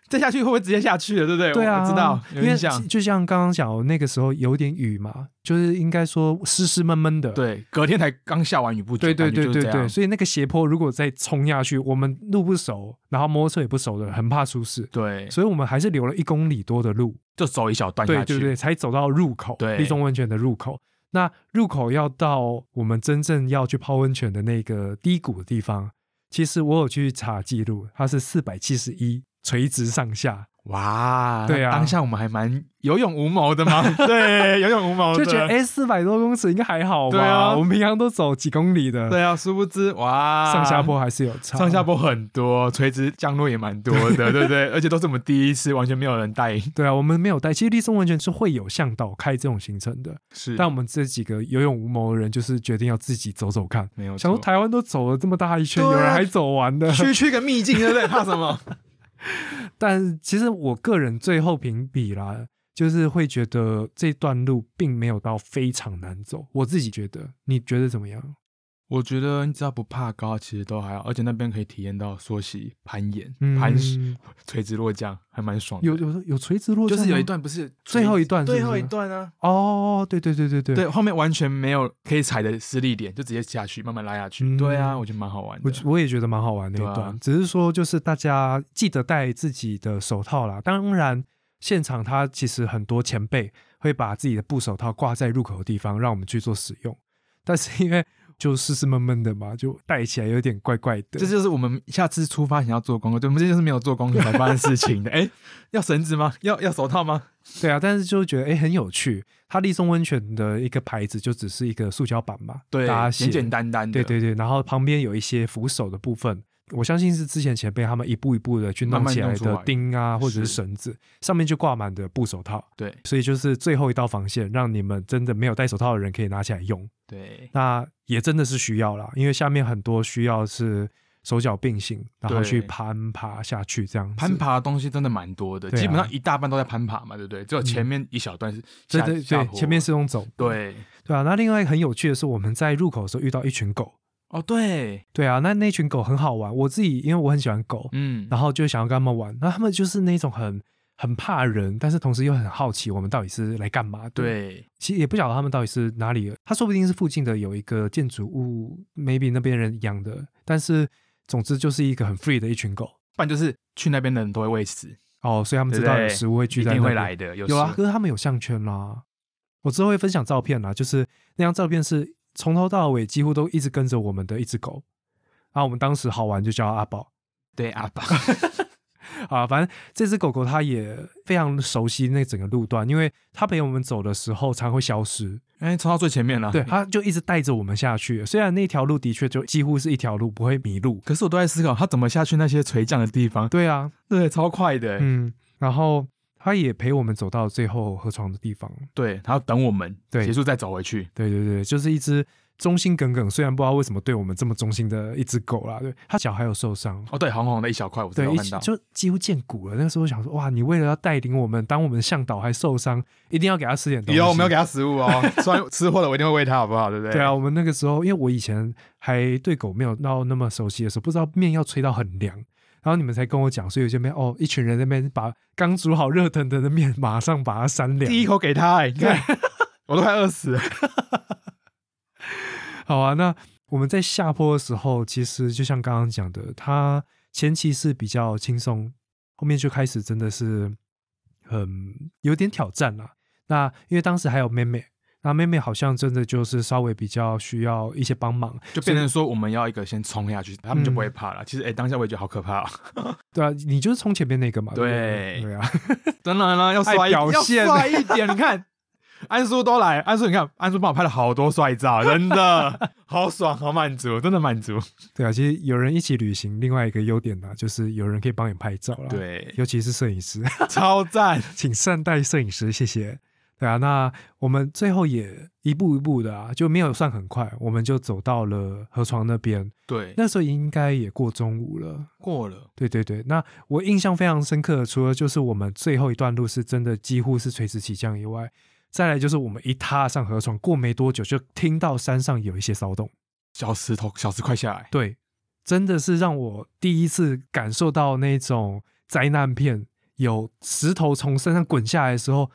S2: 再下去会不会直接下去了，对不对？
S1: 对啊，
S2: 我知道，
S1: 因
S2: 有
S1: 为
S2: 印象
S1: 就。就像刚刚讲哦，那个时候有点雨嘛，就是应该说湿湿闷闷的。
S2: 对，隔天才刚下完雨不久，
S1: 对对
S2: 感觉
S1: 对
S2: 就是
S1: 对
S2: 这
S1: 对，
S2: 样
S1: 所以那个斜坡如果再冲下去，我们路不熟，然后摩托车也不熟的，很怕出事，
S2: 对，
S1: 所以我们还是留了一公里多的路。
S2: 就走一小段
S1: 对
S2: 下去，
S1: 对对，才走到入口，
S2: 对
S1: 立中温泉的入口。那入口要到我们真正要去泡温泉的那个低谷的地方，其实我有去查记录，它是四百七十一，垂直上下，
S2: 哇，
S1: 对啊
S2: 那当下我们还蛮有勇无谋 的嘛，哦对，有勇无谋
S1: 就
S2: 的，
S1: 觉得哎，四百多公尺应该还好吧？
S2: 对啊
S1: 我们平常都走几公里的，
S2: 对啊，殊不知哇，
S1: 上下坡还是有差。
S2: 上下坡很多，垂直降落也蛮多 的，对不对？而且都是我们第一次，完全没有人带营。
S1: 对啊，我们没有带。其实立松温泉是会有向导开这种行程的，
S2: 是
S1: 但我们这几个有勇无谋的人就是决定要自己走走看。
S2: 没有
S1: 想说
S2: 错
S1: 台湾都走了这么大一圈，
S2: 对
S1: 有
S2: 啊
S1: 人还走完的，
S2: 区区个秘境，对 不对？怕什么？
S1: 但其实我个人最后评比啦，就是会觉得这段路并没有到非常难走，我自己觉得，你觉得怎么样？
S2: 我觉得你只要不怕高，其实都还好，而且那边可以体验到缩洗、攀岩、
S1: 嗯
S2: 攀垂直落降，还蛮爽的。
S1: 有有有垂直落，
S2: 就是有一。段不是
S1: 最后一段是不是
S2: 最后一段啊，
S1: 哦，对对对对对，
S2: 对，后面完全没有可以踩的施力点，就直接下去，慢慢拉下去。
S1: 嗯
S2: 对啊，我觉得蛮好玩的。
S1: 我觉我也觉得蛮好玩那
S2: 对
S1: 一
S2: 啊
S1: 段，只是说就是大家记得带自己的手套啦。当然，现场他其实很多前辈会把自己的布手套挂在入口的地方，让我们去做使用。但是因为就湿湿闷闷的嘛，就戴起来有点怪怪的。
S2: 这就是我们下次出发前要做功课，对，我们这就是没有做功课才发生 事情的。哎，要绳子吗？要要手套吗？
S1: 对啊，但是就觉得哎、诶很有趣。它立松温泉的一个牌子就只是一个塑胶板嘛，
S2: 对，
S1: 大家写
S2: 简简单单的，
S1: 对对对，然后旁边有一些扶手的部分，我相信是之前前辈他们一步一步的去
S2: 慢
S1: 弄
S2: 慢
S1: 起来
S2: 弄出
S1: 的
S2: 来
S1: 钉啊，或者是
S2: 是
S1: 绳子，上面就挂满的布手套，
S2: 对
S1: 所以就是最后一道防线，让你们真的没有戴手套的人可以拿起来用。
S2: 对
S1: 那也真的是需要啦，因为下面很多需要是手脚并行，然后
S2: 对
S1: 去攀爬下去这样子。
S2: 攀爬的东西真的蛮多的，
S1: 对啊嗯
S2: 基本上一大半都在攀爬嘛，对不对？只有前面一小段是
S1: 对
S2: 下
S1: 对
S2: 下
S1: 对，
S2: 坡
S1: 前面是用走。
S2: 对
S1: 对啊，那另外一个很有趣的是，我们在入口的时候遇到一群狗。
S2: 哦对，
S1: 对啊，那那群狗很好玩，我自己因为我很喜欢狗，
S2: 嗯，
S1: 然后就想要跟他们玩。那他们就是那种很很怕人，但是同时又很好奇我们到底是来干嘛的。，
S2: 对
S1: 其实也不晓得他们到底是哪里，他说不定是附近的有一个建筑物，maybe 那边人养的，但是总之就是一个很 free 的一群狗。
S2: 不然就是去那边的人都会喂食，
S1: 哦，所以他们知道
S2: 对
S1: 有
S2: 不对
S1: 食物会
S2: 一
S1: 聚在那
S2: 定会
S1: 边
S2: 来的，有
S1: 有啊，
S2: 食物
S1: 可是他们有项圈啦。我之后会分享照片啦，啊就是那张照片是从头到尾几乎都一直跟 着我们的一只狗。啊，我们当时好玩就叫它阿宝，
S2: 对阿爸，
S1: 啊，反正这只狗狗它也非常熟悉那整个路段，因为它陪我们走的时候常会消 失，
S2: 哎，冲到最前面了。
S1: 对，，它就一直带着我们下去。虽然那条路的确就几乎是一条路，不会迷路。
S2: 可是我都在思考，他怎么下去那些垂降的地方？
S1: 对啊，
S2: 对，超快的。
S1: 嗯，然后它也陪我们走到最后河床的地方。
S2: 对，他要等我们
S1: 对
S2: 结束再走回去。
S1: 对对对，就是一只忠心耿耿，虽然不知道为什么对我们这么忠心的一只狗啦。对，它脚还有受伤。
S2: 哦，对，红红的一小块，我知
S1: 对，
S2: 道
S1: 一
S2: 看到。
S1: 就几乎见骨了。那个时候想说，哇，你为了要带领我们，当我们向导还受伤，一定要给它吃点东西。
S2: 有，我们要给他食物 哦。虽然吃货了，我一定会喂他，好不好？对不对？
S1: 对啊，，我们那个时候，因为我以前还对狗没有到那么熟悉的时候，不知道面要吹到很凉，然后你们才跟我讲，所以有些面哦，一群人在那边把刚煮好热腾腾的面，马上把它扇凉。
S2: 第一口给他，哎，你看，我都快饿死了。
S1: 好啊，那我们在下坡的时候，其实就像刚刚讲的，它前期是比较轻松，后面就开始真的是很有点挑战啦。那因为当时还有妹妹，那妹妹好像真的就是稍微比较需要一些帮忙，
S2: 就变成说我们要一个先冲下去，他们就不会怕
S1: 嗯
S2: 了。其实，哎、当下我也觉得好可 怕、哦。
S1: 对啊，你就是冲前面那个嘛，对不对
S2: 对
S1: 对啊，
S2: 当然了，要
S1: 爱
S2: 帅一
S1: 表现
S2: 要帅一点。你看，安叔都来，安叔你看，安叔帮我拍了好多帅照，真 的好爽，好满足，真的满足。
S1: 对啊，其实有人一起旅行，另外一个优点呢、就是有人可以帮你拍照啦，，
S2: 对，
S1: 尤其是摄影师。
S2: 超赞。
S1: 请善待摄影师，谢谢。对啊，那我们最后也一步一步的啊，就没有算很快，我们就走到了河床那边。
S2: 对，那
S1: 那时候应该也过中午了。
S2: 过了，
S1: 对对对，那我印象非常深刻的，除了就是我们最后一段路是真的几乎是垂直起降以外，再来就是我们一踏上河床，过没多久就听到山上有一些骚动。
S2: 小石头，小石块下来，
S1: 对，真的是让我第一次感受到那种灾难片，有石头从身上滚下来的时候，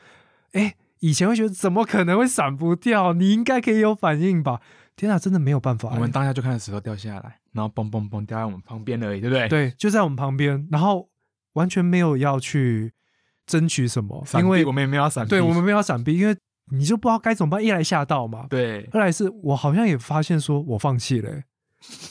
S1: 哎，以前会觉得怎么可能会闪不掉？你应该可以有反应吧？天啊，真的没有办法、
S2: 我们当下就看到石头掉下来，然后嘣嘣嘣掉在我们旁边而已，对不对？，
S1: 对就在我们旁边，然后完全没有要去争取什么，因
S2: 因
S1: 为
S2: 为我们也没有要闪避，
S1: 对我们没有要闪避，因为你就不知道该怎么办。一来吓到嘛，
S2: 对
S1: 二来是我好像也发现说我放弃了欸、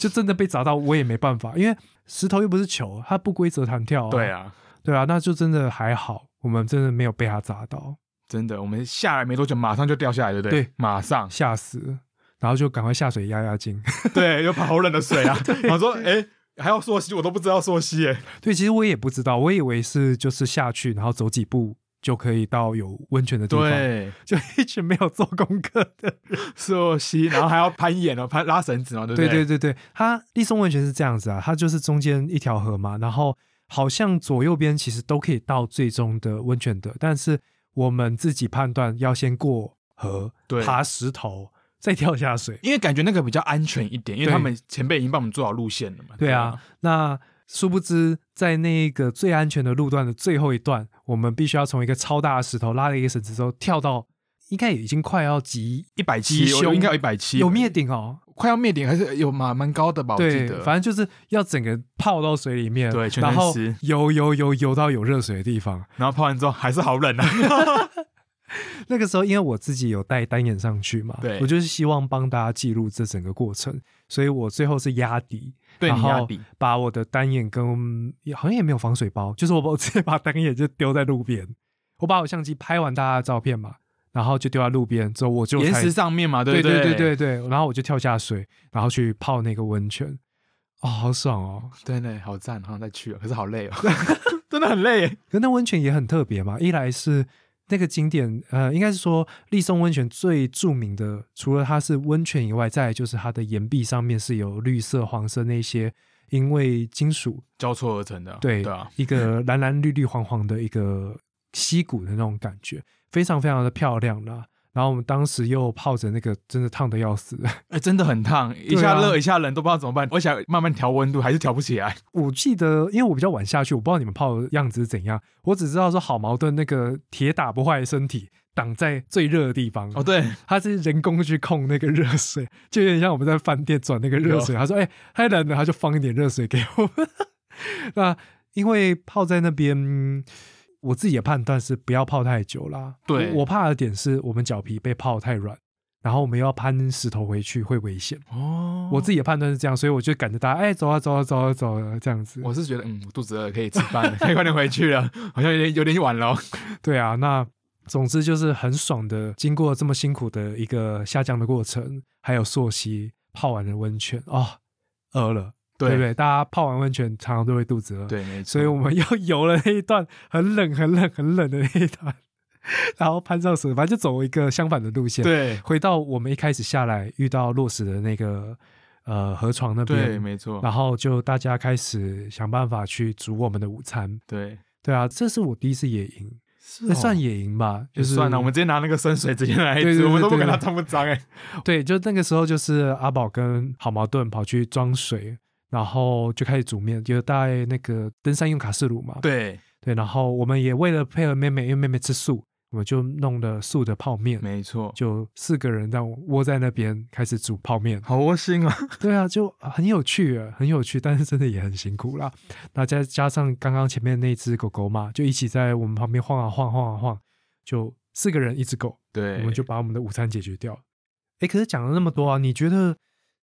S1: 就真的被砸到我也没办法，因为石头又不是球，它不规则弹跳、
S2: 对，啊，
S1: 对啊，那就真的还好，我们真的没有被它砸到，
S2: 真的，我们下来没多久，马上就掉下来，对不对？
S1: 对，
S2: 马上。
S1: 吓死。然后就赶快下水压压惊。
S2: 对，又跑好冷的水 啊。我说，哎、还要溯溪，我都不知道溯溪、哎，
S1: 对，其实我也不知道，我以为是就是下去，然后走几步就可以到有温泉的地方，
S2: 对，
S1: 就一群没有做功课的。
S2: 溯溪，然后还要攀岩哦，攀拉绳子哦，对不
S1: 对
S2: 对
S1: 对对对，它立松温泉是这样子啊，它就是中间一条河嘛，然后好像左右边其实都可以到最终的温泉的，但是我们自己判断要先过河，
S2: 对
S1: 爬石头，再跳下水。
S2: 因为感觉那个比较安全一点，因为
S1: 对
S2: 他们前辈已经帮我们做好路线了嘛。
S1: 对啊，，那殊不知在那个最安全的路段的最后一段，我们必须要从一个超大的石头拉了一个绳子之后跳到，应该已经快要及
S2: 一百七
S1: 鸡，
S2: 我
S1: 胸
S2: 应该有一百七，
S1: 有灭顶哦。
S2: 快要灭顶，还是有蛮蛮高的吧？我记
S1: 对，
S2: 得，
S1: 反正就是要整个泡到水里面，
S2: 对全
S1: 然
S2: 身
S1: 后
S2: 湿
S1: 游游游游到有热水的地方。
S2: 然后泡完之后还是好冷啊。
S1: 那个时候，因为我自己有带单眼上去嘛，
S2: 对
S1: 我就是希望帮大家记录这整个过程，所以我最后是压底，
S2: 对，
S1: 然
S2: 你压
S1: 后
S2: 底，
S1: 把我的单眼跟也好像也没有防水包，就是我把我直接把单眼就丢在路边，我把我相机拍完大家的照片嘛，然后就丢在路边之后，我就
S2: 岩
S1: 才
S2: 石上面嘛，
S1: 对
S2: 不
S1: 对
S2: 对
S1: 对对，然后我就跳下水，然后去泡那个温泉，哦，好爽哦！
S2: 对对，好赞，好想再去了，可是好累哦， 真的很累耶。
S1: 可那温泉也很特别嘛，一来是那个景点，呃，应该是说立松温泉最著名的，除了它是温泉以外，再来就是它的岩壁上面是有绿色、黄色那些，因为金属
S2: 交错而成的，
S1: 对
S2: 对啊，
S1: 一个蓝蓝绿绿黄黄的一个溪谷的那种感觉，非常非常的漂亮啦。然后我们当时又泡着那个真的烫的要死，
S2: 哎、真的很烫，一
S1: 对
S2: 下
S1: 啊
S2: 热、一下冷，都不知道怎么办。我想慢慢调温度，还是调不起来。
S1: 我记得，因为我比较晚下去，我不知道你们泡的样子是怎样，我只知道说好矛盾，那个铁打不坏的身体挡在最热的地方。
S2: 哦，对，
S1: 他是人工去控那个热水， 就有点像我们在饭店转那个热水。他说：“哎、太冷了，他就放一点热水给我们。” 那因为泡在那边，嗯我自己的判断是不要泡太久啦。
S2: 对
S1: 我我怕的点是我们脚皮被泡太软，然后我们又要攀石头回去会危险。
S2: 哦，
S1: 我自己的判断是这样，所以我就赶着大家，哎、走啊走啊走啊走啊这样子。
S2: 我是觉得，嗯，我肚子饿，可以吃 饭了，可以快点回去了，好像有点有点晚了哦。
S1: 对啊，那总之就是很爽的，经过这么辛苦的一个下降的过程，还有溯溪泡完了温泉哦，饿了，对不
S2: 对
S1: 对？大家泡完温泉常常都会肚子饿，，
S2: 对，没错。
S1: 所以我们又游了那一段很冷、很冷、很冷的那一段，然后攀上石，反正就走一个相反的路线，，
S2: 对
S1: 回到我们一开始下来遇到落石的那个呃河床那
S2: 对，啊
S1: 边。
S2: 没错，
S1: 然后就大家开始想办法去煮我们的午餐，
S2: 对，
S1: 对啊，这是我第一次野营，
S2: 是
S1: 那算野营吧，
S2: 就
S1: 就是
S2: 哦算了，我们直接拿那个生水直接来
S1: 对对
S2: 吃，
S1: 对
S2: 我们都不
S1: 对
S2: 管它
S1: 对
S2: 脏不脏哎。
S1: 对，就那个时候就是阿宝跟好矛盾跑去装水，然后就开始煮面，就带那个登山用卡式炉嘛，
S2: 对，
S1: 对然后我们也为了配合妹妹，因为妹妹吃素，我们就弄了素的泡面，
S2: 没错，
S1: 就四个人让我窝在那边开始煮泡面，
S2: 好窝心啊。
S1: 对啊，就很有趣啊，很有趣，但是真的也很辛苦啦。那再加上刚刚前面那只狗狗嘛，就一起在我们旁边晃啊晃，晃啊晃，就四个人一只狗，
S2: 对，
S1: 我们就把我们的午餐解决掉。哎，可是讲了那么多啊，你觉得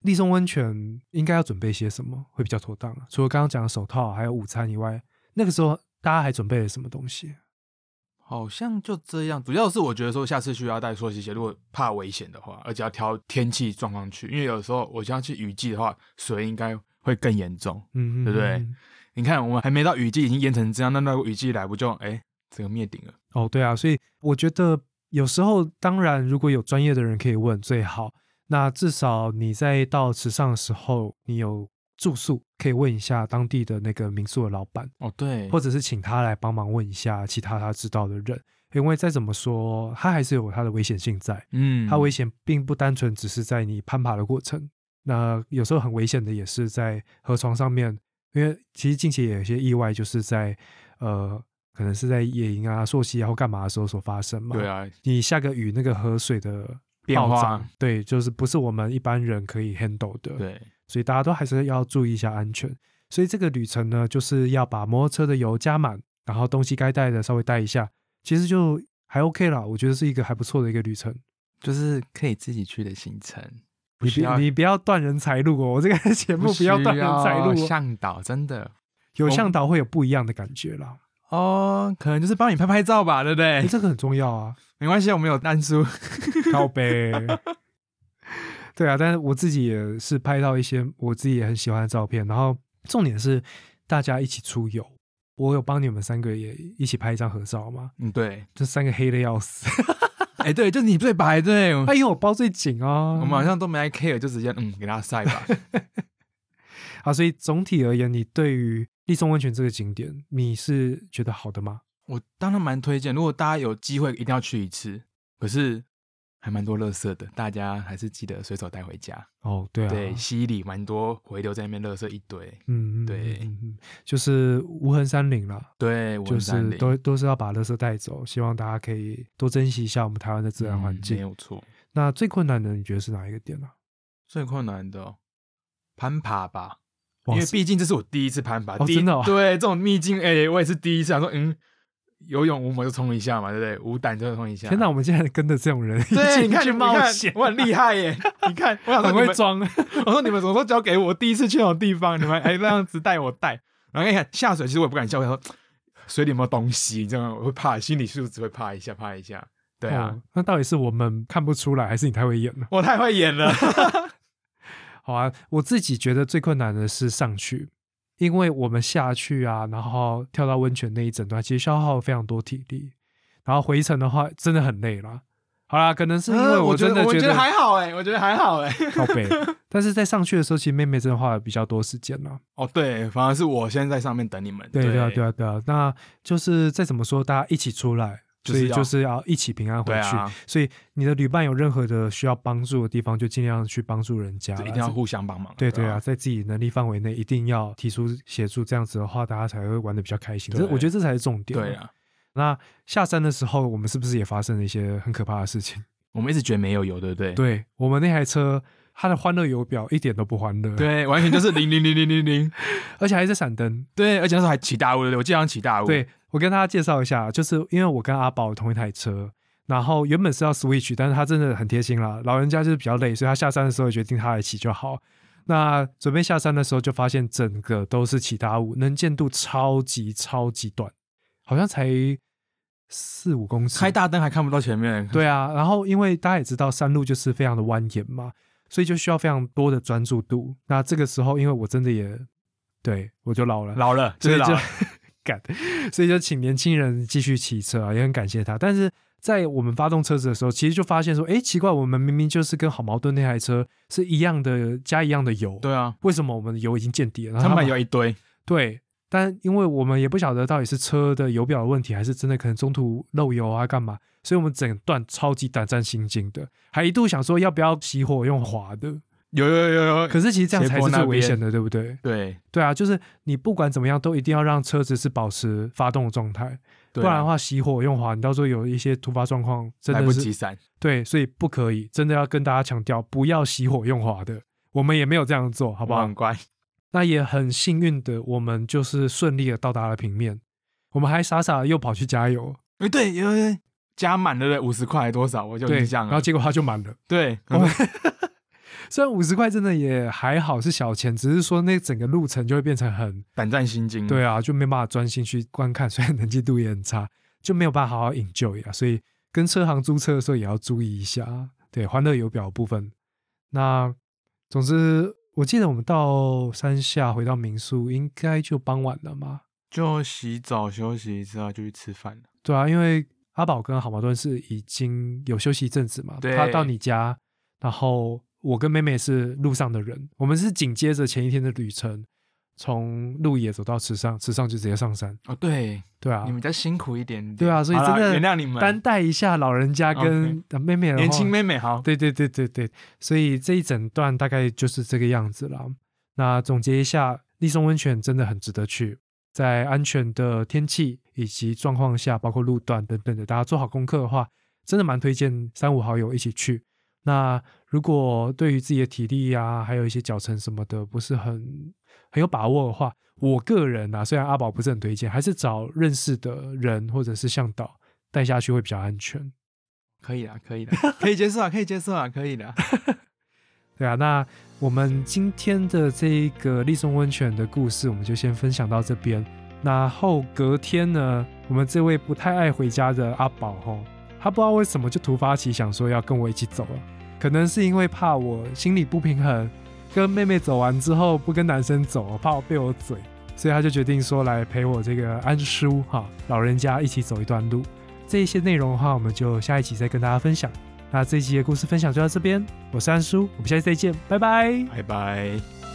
S1: 立松温泉应该要准备些什么会比较妥当啊？除了刚刚讲的手套还有午餐以外，那个时候大家还准备了什么东西？
S2: 好像就这样。主要是我觉得说，下次去要带溯溪鞋，如果怕危险的话，而且要挑天气状况去，因为有时候我像去雨季的话，水应该会更严重。
S1: 嗯，
S2: 对不对？你看，我们还没到雨季，已经淹成这样，那那雨季来不就哎，整个灭顶了？
S1: 哦，对啊，所以我觉得有时候，当然如果有专业的人可以问最好。那至少你在到池上的时候，你有住宿可以问一下当地的那个民宿的老板，
S2: 哦，对
S1: 或
S2: 或
S1: 者是请他来帮忙问一下其他他知道的人，因为再怎么说，他还是有他的危险性在。
S2: 嗯，
S1: 它危险并不单纯只是在你攀爬的过程，那有时候很危险的也是在河床上面，因为其实近期也有一些意外，就是在呃，可能是在野营啊、溯溪啊或干嘛的时候所发生嘛。
S2: 对，啊，
S1: 你下个雨，那个河水的
S2: 变
S1: 暴
S2: 化
S1: 涨，对，就是不是我们一般人可以 handle 的。，
S2: 对，
S1: 所以大家都还是要注意一下安全。所以这个旅程呢，就是要把摩托车的油加满，然后东西该带的稍微带一下，其实就还 OK 啦，我觉得是一个还不错的一个旅程。
S2: 就是可以自己去的行程，
S1: 你
S2: 需要
S1: 别你不要断人财路哦！我这个节目不要断人财路、哦，
S2: 向导真的
S1: 有
S2: 我
S1: 向导会有不一样的感觉啦。
S2: 哦，可能就是帮你拍拍照吧，对不
S1: 哎、
S2: 对？
S1: 这个很重要 啊，
S2: 没关系，我们有单叔，
S1: 靠背。对啊，但是我自己也是拍到一些我自己也很喜欢的照片，然后重点是大家一起出游，我有帮你们三个也一起拍一张合照嘛，
S2: 嗯，对，
S1: 这三个黑的要 死，
S2: 哎，对，就是你最白， 对，我
S1: 哎呦，我包最紧啊，
S2: 们好像都没来 care，就直接嗯给他 晒吧。
S1: 啊，所以总体而言，你对于立松温泉这个景点，你是觉得好的吗？
S2: 我当然蛮推荐，如果大家有机会一定要去一次，可是还蛮多垃圾的，大家还是记得随手带回家。
S1: 哦，对啊，
S2: 对，溪里蛮多回流在那边，垃圾一堆。
S1: 嗯，嗯
S2: 对
S1: 嗯嗯嗯就是无痕山林啦，
S2: 对，
S1: 就
S2: 文山
S1: 是
S2: 林
S1: 都都是要把垃圾带走，希望大家可以多珍惜一下我们台湾的自然环
S2: 嗯没
S1: 境。
S2: 有错。
S1: 那最困难的你觉得是哪一个点呢、啊？
S2: 最困难的哦攀爬吧，
S1: 哇
S2: 因为毕竟这是我第一次攀爬，
S1: 哦
S2: 第一
S1: 真的哦
S2: 对这种秘境，哎、我也是第一次，想说嗯，有勇无谋就冲一下嘛，对不对？无胆就冲一下。
S1: 天哪，我们竟然跟着这种人
S2: 对，
S1: 一
S2: 你
S1: 起
S2: 看
S1: 去
S2: 你
S1: 冒
S2: 看
S1: 险，
S2: 我很厉害耶！你看，我想说
S1: 很
S2: 你们
S1: 会装。
S2: 我说你们什么时候交给我？我第一次去那种地方，你们还那样子带我带。然后你看下水，其实我也不敢下，我想说水里有没有东西，你知道吗？我会怕，心理素质会怕一下，怕一下。对啊，
S1: 哦那到底是我们看不出来，还是你太会演了？
S2: 我太会 演了。
S1: 好啊，我自己觉得最困难的是上去，因为我们下去啊，然后跳到温泉那一整段，其实消耗非常多体力，然后回程的话真的很累啦。好啦，可能是因为
S2: 嗯 我
S1: 真的
S2: 我
S1: 啊觉
S2: 觉
S1: 得
S2: 得还好哎，我觉得还好哎。
S1: 靠 背。但是在上去的时候，其实妹妹真的花了比较多时间了。
S2: 哦，对，反而是我先在上面等你们。
S1: 对对啊，对
S2: 啊，
S1: 啊，对啊。那就是再怎么说，大家一起出来，
S2: 就
S1: 所
S2: 是
S1: 以
S2: 要
S1: 就是要一起平安回
S2: 对
S1: 去。
S2: 啊
S1: 所以你的旅伴有任何的需要帮助的地方，就尽量去帮助人家啦。
S2: 就一定要互相帮忙。
S1: 对对啊，，在自己能力范围内，一定要提出协助，这样子的话，大家才会玩的比较开心。这
S2: 对
S1: 我觉得这才是重点。
S2: 对。啊，
S1: 那下山的时候，我们是不是也发生了一些很可怕的事情？
S2: 我们一直觉得没有油，对不对？
S1: 对我们那台车，它的欢乐油表一点都不欢乐，，
S2: 对，完全就是零零零零零零。
S1: 而且还在闪灯。
S2: 对，而且那时候还起大雾，对不对？我记得好像起大雾。
S1: 对我跟大家介绍一下，就是因为我跟阿宝有同一台车，然后原本是要 switch，但是他真的很贴心啦，老人家就是比较累，所以他下山的时候也决定他来骑就好。那准备下山的时候，就发现整个都是起大雾，能见度超级超级短，好像才四五公尺。
S2: 开大灯还看不到前面，
S1: 对啊，然后因为大家也知道山路就是非常的蜿蜒嘛，所以就需要非常多的专注度。那这个时候，因为我真的也对我就老了，
S2: 老了，
S1: 所
S2: 真
S1: 以
S2: 的
S1: 就
S2: 老了。
S1: 干，所以就请年轻人继续骑车啊，也很感谢他。但是在我们发动车子的时候，其实就发现说，哎，奇怪，我们明明就是跟好矛盾那台车是一样的，加一样的油，
S2: 对啊，
S1: 为什么我们的油已经见底了？然后
S2: 他
S1: 他
S2: 们
S1: 们
S2: 有一堆，
S1: 对，但因为我们也不晓得到底是车的油表的问题，还是真的可能中途漏油啊，干嘛？所以我们整段超级胆战心惊的，还一度想说要不要熄火用滑的，
S2: 有有有有。
S1: 可是其实这样才
S2: 斜坡
S1: 是
S2: 那
S1: 最危
S2: 边
S1: 险的，对不对？
S2: 对，
S1: 对啊，就是你不管怎么样，都一定要让车子是保持发动的状态，不
S2: 对啊
S1: 然的话熄火用滑，你到时候有一些突发状况，真
S2: 来
S1: 的
S2: 不
S1: 是
S2: 及闪。
S1: 对，所以不可以，真的要跟大家强调，不要熄火用滑的，我们也没有这样做，好不
S2: 我
S1: 好
S2: 很？乖，
S1: 那也很幸运的，我们就是顺利的到达了平面，我们还傻傻的又跑去加油，
S2: 哎，对，有有有加满对不对？五十块还多少？我就
S1: 对，
S2: 印象
S1: 然
S2: 了
S1: 后。结果它就满了。
S2: 对，
S1: 我们虽然五十块真的也还好是小钱，只是说那整个路程就会变成很
S2: 胆战心惊。
S1: 对啊，就没办法专心去观看， 虽然能见度也很差，就没有办法好好 enjoy 啊。所以跟车行租车的时候也要注意一下，啊对欢乐油表的部分。那总之，我记得我们到山下回到民宿，应该就傍晚了嘛。
S2: 就洗澡休息一下，就去吃饭了。
S1: 对啊，因为阿宝跟好矛盾是已经有休息一阵子嘛，
S2: 对
S1: 他到你家，然后我跟妹妹是路上的人，我们是紧接着前一天的旅程，从鹿野走到池上，池上就直接上山。
S2: 哦，对，
S1: 对啊，
S2: 你们再辛苦一点点。
S1: 对啊，所以
S2: 好
S1: 真
S2: 啦
S1: 的
S2: 原谅你们。
S1: 担待一下老人家跟呃妹妹的话
S2: 年轻妹妹好，
S1: 对对对对对，所以这一整段大概就是这个样子啦。那总结一下，丽松温泉真的很值得去，在安全的天气以及状况下，包括路段等等的，大家做好功课的话，真的蛮推荐三五好友一起去。那如果对于自己的体力啊，还有一些脚程什么的，不是很很有把握的话，我个人啊，虽然阿宝不是很推荐，还是找认识的人或者是向导带下去会比较安全。
S2: 可以啦，可以啦，可以接受啊，可以接受啊，可以的。
S1: 对啊，那我们今天的这一个丽松温泉的故事，我们就先分享到这边。然后隔天呢，我们这位不太爱回家的阿宝吼，他不知道为什么就突发奇想说要跟我一起走了，可能是因为怕我心里不平衡，跟妹妹走完之后不跟男生走，怕我被我嘴，所以他就决定说来陪我这个安叔哈老人家一起走一段路。这一些内容的话，我们就下一期再跟大家分享。那这一集的故事分享就到这边，我是安叔，我们下期再见，拜拜。
S2: 拜拜。